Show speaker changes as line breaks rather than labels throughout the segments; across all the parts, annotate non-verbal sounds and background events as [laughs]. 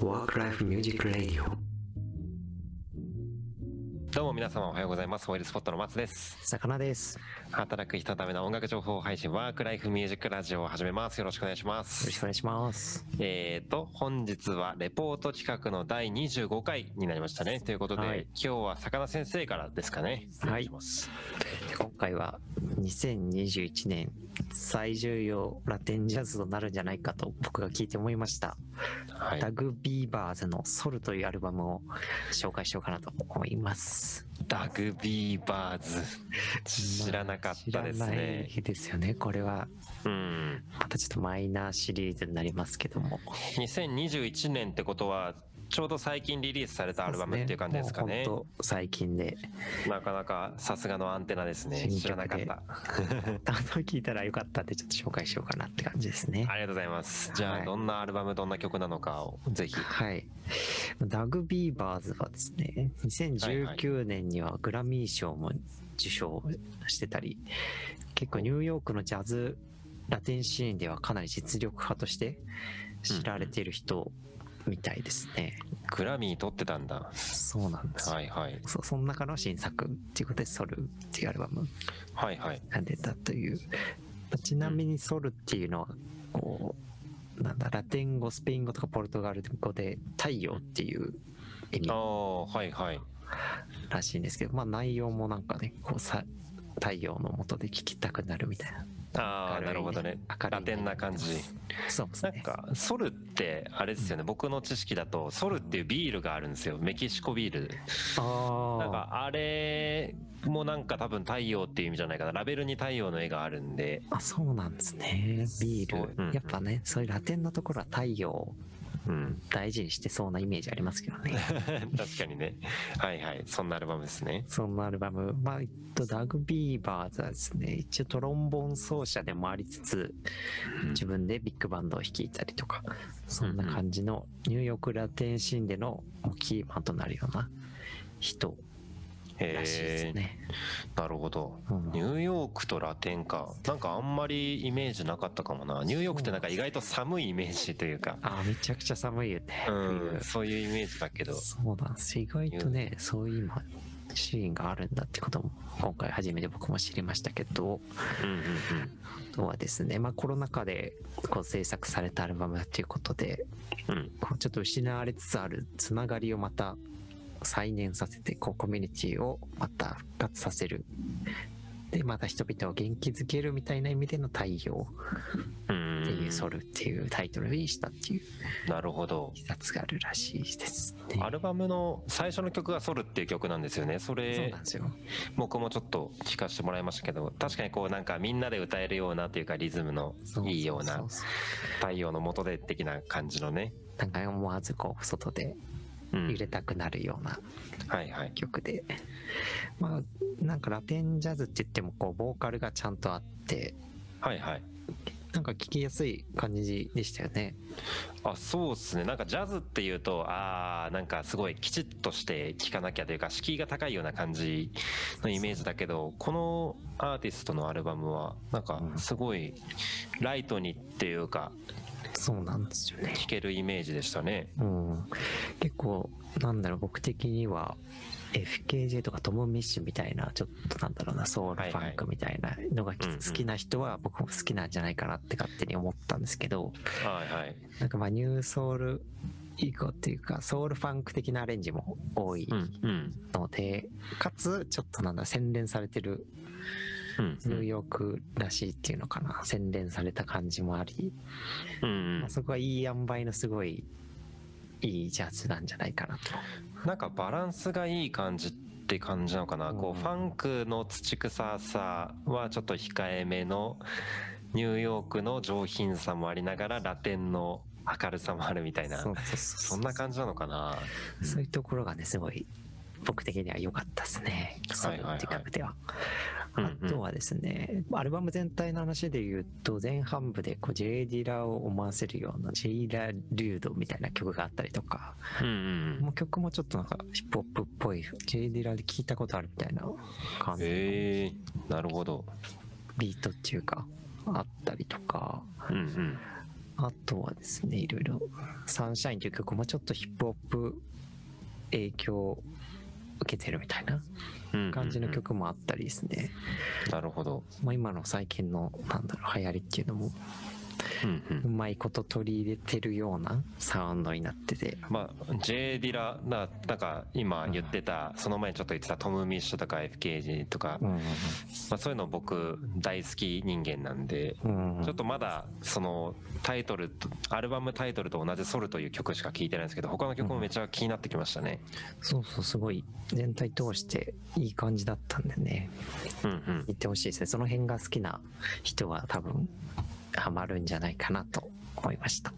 Work Life Music Radio
どうも皆様おはようございます。オイルスポットの松です。
魚です。よ
働く人のための音楽情報配信ワークライフミュージックラジオを始めます。よろしくお願いしま
ろしく
す。
お願いします。
えーと、本日はレポート企画の第25回になりましたね。ということで、
はい
今日は魚先生からですかね。お願します。
で今回は2021年最重要ラテンジャズとなるんじゃないかと僕が聞いて思いました。
はい。
ダグ・ビーバーズのソルというアルバムを紹介しようかなと思います。
ダグビーバーズ。知らなかったです
知らな
ね。
いですよね。これは
うん。
またちょっとマイナーシリーズになりますけども。
2021年ってことは、ちょうど最近リリースされたアルバムっていう感じですかね。
もうほんと最近
[laughs]
で。
なかなかさすがのアンテナですね。
新
知ら
曲
な
で
かった。
あの聞いたらよかったんでちょっと紹介しようかなって感じですね。
ありがとうございます。じゃあ、
はい
どんなアルバム、どんな曲なのかを、ぜひ。
はい。ダグ・ビーバーズはですね、2019年にはグラミー賞も受賞してたり、結構ニューヨークのジャズ、ラテンシーンではかなり実力派として知られている人みたいですね。
グラミー取ってたんだ。
そうなんですよ。
はいはい。
そその中の新作っていうことで、ソルっていうアルバム
はいはい。
が出たという。ちなみにソルっていうのは、こう、なんだ、ラテン語、スペイン語とかポルトガル語で太陽っていう意味
ああ、はいはい。
らしいんですけど、まあ、内容もなんかねこうさ太陽の下で聴きたくなるみたいな
あ
明るい
あ、
ね
なるほどね。
明るい
ラテンな感じ。
そうです
なん
ね
か、ソルって、あれですよね。僕の知識だと、ソルっていうビールがあるんですよ。メキシコビール。
あ
なんか、あれもなんか多分太陽っていう意味じゃないかな。ラベルに太陽の絵があるんで。
あそうなんですねビール、
そううん
やっぱねそういうラテンのところは太陽を
うん。 [laughs]
大事にしてそうなイメージありますけどね
確かにね。はいはい。そんなアルバムですね。
そのアルバムまあえっとダグ・ビーバーズはですね一応トロンボン奏者でもありつつ
うん
自分でビッグバンドを率いたりとかそんな感じのニューヨークラテンシーンでのもうキーマンとなるような人らしいです
へえ、
ね、
なるほど。
うん
ニューヨークとラテンか。なんかあんまりイメージなかったかもな。ニューヨークってなんか意外と寒いイメージというか、
あーめちゃくちゃ寒いよね。
うん、そういうイメージだけ
冬
ど。
そうなんです。意外とね、そういう今、シーンがあるんだってことも、今回初めて僕も知りましたけど、
うんうん
あとはですね、まあコロナ禍でこう制作されたアルバムだということで、
うん。うん、
こうちょっと失われつつあるつながりをまた再燃させて、こうコミュニティをまた復活させる。で、また人々を元気づけるみたいな意味での太陽
うん。
っていう、ソルっていうタイトルにしたっていう
なるほど。
一冊があるらしいですね。
アルバムの最初の曲がソルっていう曲なんですよね。そ
そう
れ
なん、ですよ。
僕もちょっと聞かせてもらいましたけど、確かにこうなんかみんなで歌えるようなというかリズムのいいような
そそ
太陽の下で的な感じのね。
そうなんか思わずこう外で
うん
揺。れたくなるような
はいはい。
曲で、まあなんかラテンジャズって言ってもこうボーカルがちゃんとあって
はいはい。
なんか聴きやすい感じでしたよね
あそうですねなんかジャズっていうとああなんかすごいきちっとして聴かなきゃというか敷居が高いような感じのイメージだけどこのアーティストのアルバムはなんかすごいライトにっていうか
そうなんですよね
聴けるイメージでしたね
うん結構なんだろう僕的には FKJ とかトム・ミッシュみたいなちょっとなんだろうなソウル
はい
フ
はい
ァンクみたいなのがき
うんうん
好きな人は僕も好きなんじゃないかなって勝手に思ったんですけど、
はいはい
なんかまあニューソウル以降っていうかソウルファンク的なアレンジも多い
うんうん
ので、かつちょっとなんだ洗練されてる
うんう
ニュー
ん
ヨークらしいっていうのかな、洗練された感じもあり、
うん
まあそこはいい塩梅のすごいいいジャズなんじゃないかなと。
なんかバランスがいい感じって感じなのかな、こ
うん
うファンクの土臭さはちょっと控えめのニューヨークの上品さもありながらラテンの明るさもあるみたいな
そうそう
そ
そうん
な感じなのかな
そういうところがねすごい僕的には良かったですね。ソウ
はい
ル
はいはい
って曲では。
うん
あとはですね、アルバム全体の話で言うと、前半部でこう J ・ディラを思わせるような J ・ディラ・リュードみたいな曲があったりとか、
うんうん
もう曲もちょっとなんかヒップホップっぽい、J ・ディラで聴いたことあるみたいな感じの
えー、なるほど
ビートっていうか、あったりとか、
うんうん
あとはですね、いろいろ、サンシャインという曲もちょっとヒップホップ影響を受けてるみたいな
うんうんうん
感じの曲もあったりですね。
なるほど、
まあ今の最近の、なんだろう、流行りっていうのも、
うんう、
うんまいこと取り入れてるようなサウンドになってて、
まあ J ・ディラななんか今言ってた、その前にちょっと言ってたトム・ミッシュとか FKG とか、
うん
まあ、そういうの僕大好き人間なんで
うんうん、
ちょっとまだそのタイトルとアルバムタイトルと同じ「ソルという曲しか聴いてないんですけど他の曲もめちゃ気になってきましたね。
そうそう、すごい全体通していい感じだったんでね、
うんうん
行ってほしいですね。その辺が好きな人は多分、ハマるんじゃないかなと思いました。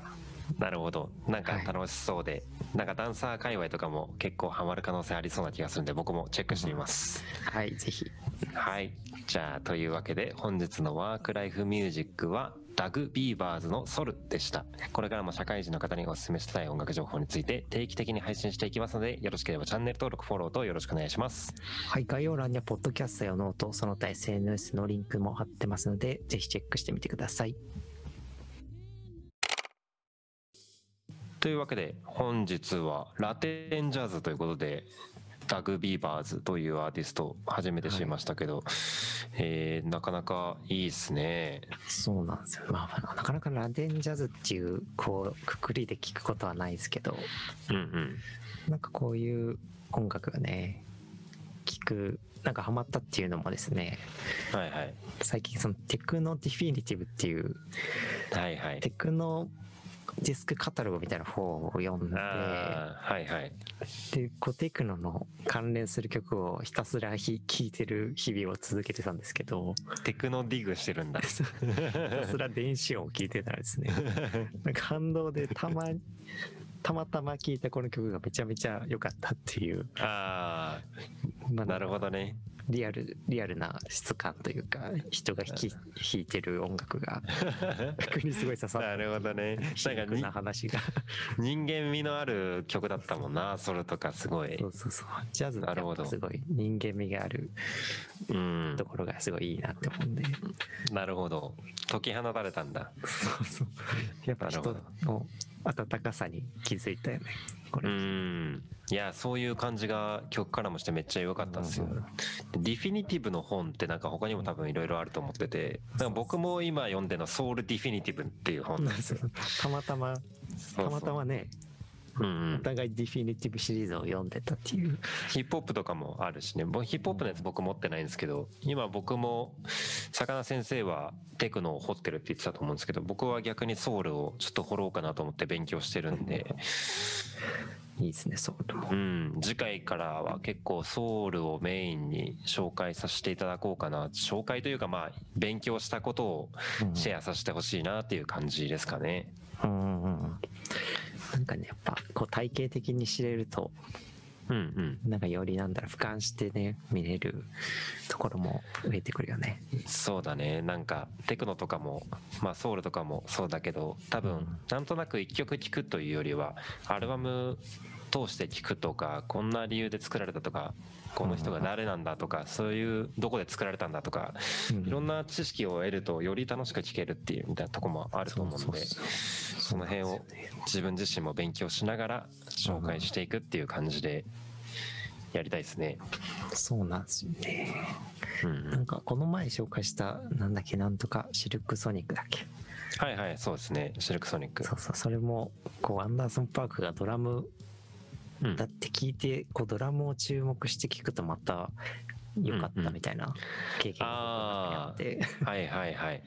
なるほどなんか楽しそうで、なんかダンサー界隈とかも結構ハマる可能性ありそうな気がするんで僕もチェックしてみます。
はい、ぜひ。
はいじゃあというわけで本日の「ワーク・ライフ・ミュージック」はダグ・ビーバーズの「ソルでしたこれからも社会人の方にお勧めしたい音楽情報について定期的に配信していきますのでよろしければチャンネル登録フォローとよろしくお願いします。
はい、概要欄には、ポッドキャストやノート、その他 SNS のリンクも貼ってますので、ぜひチェックしてみてください。
というわけで本日はラテンジャズということでダグ・ビーバーズというアーティストを初めて知りましたけど、えーなかなかいいですね
そうなんですよ。まあ、まあなかなかラテンジャズっていう、こう、くくりで聞くことはないですけど、
うんうん
なんかこういう音楽がね、聞く、なんかハマったっていうのもですね、
はいはい
最近そのテクノディフィニティブっていう、
はいはい
テクノディスクカタログみたいな本を読んで、
あーはいはい
で、こうテクノの関連する曲をひたすらひ聴いてる日々を続けてたんですけ
[laughs]
ど、
テクノディグしてるん
[laughs]
だ
ひたすら電子音を聴いてたらです
[laughs]
ね、なんか反動でたま、たまたま聴いたこの曲がめちゃめちゃ良かったっていう、
あ
ま
あ
あ
なるほ
[laughs]
どね
リアル、リアルな質感というか、人が弾き弾いてる音楽
[laughs]
が、逆にすごい刺さった
なるほどね
皮
なんか
肉
に
な話
[laughs]
が。
人間味のある曲だったもんなそれとかすごい
そうそうそう。ジャズってやっぱ
なるほど
すごい人間味がある
うん
ところがすごいいいなって思うんで。
なるほど解き放たれたんだ
そうそう。やっぱ人の温かさに気づいたよね。こ
う
れ。
んいやそういう感じが曲からもしてめっちゃ良かったんですよ、
うん
ディフィニティブの本ってなんか他にも多分いろいろあると思っててなんか僕も今読んでるのはソウルディフィニティブっていう本なんですよ
たまたま、
そ
た
うそう
またまね、
うんう
お
ん、
互いディフィニティブシリーズを読んでたっていう。
ヒップホップとかもあるしね僕ヒップホップのやつ僕持ってないんですけど今僕も魚先生はテクノを掘ってるって言ってたと思うんですけど僕は逆にソウルをちょっと掘ろうかなと思って勉強してるんで
いいですね、そうとも。
うん、次回からは結構ソウルをメインに紹介させていただこうかな紹介というかまあ勉強したことをシェアさせてほしいなっていう感じですかね。
うんうんうんうん。なんかね、やっぱこう体系的に知れると、
うんうん、
なんかよりなんだろう、俯瞰してね、見れるところも増えてくるよね。
そうだねなんかテクノとかも、まあ、ソウルとかもそうだけど多
う
分
ん
なんとなく1曲聴くというよりはアルバム通して聴くとかこんな理由で作られたとかこの人が誰なんだとかそういうどこで作られたんだとか
うん
いろんな知識を得るとより楽しく聴けるっていうみたいなとこもあると思うので
そうそうそう
その辺を自分自身も勉強しながら紹介していくっていう感じでやりたいですね。
そうなんですよね。
うんう
なん
ん、
かこの前紹介した、なんだっけ、なんとかシルクソニックだっけ。
はいはいそうですねシルクソニック。
そうそう、それも、こう、アンダーソン・パークがドラム
うん
だって聞いて、こう、ドラムを注目して聞くとまた良かったみたいな経験があって、
はいはいはい。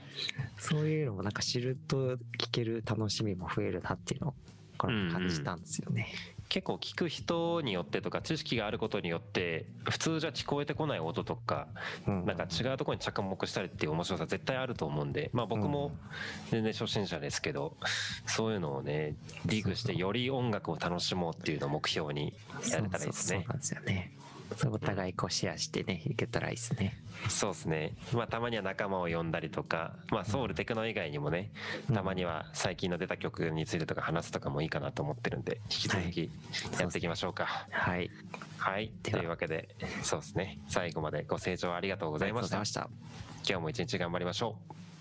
そういうのもなんか知ると聞ける楽しみも増えるなっていうのを、これ感じたんですよね。
結構聞く人によってとか知識があることによって普通じゃ聞こえてこない音とか
うん
なんか違うところに着目したりっていう面白さ絶対あると思うんでまあ僕
う
も
ん
全然初心者ですけどそういうのをねリーグしてより音楽を楽しもうっていうのを目標にやれたらい
そう
いですね
そうそう。なんですよね。それお互いこうシェアしてね、いけたらいいですね。
そうですね。まあたまには仲間を呼んだりとか、まあソウルテクノ以外にもね、
うん
たまには最近の出た曲についてとか話すとかもいいかなと思ってるんで、引き続きやっていきましょうか。
はい。
はい。
で
と
は
いうわけで、そうですね。最後までご清聴ありがとうございました。
ありがとうございました。
今日も一日頑張りましょう。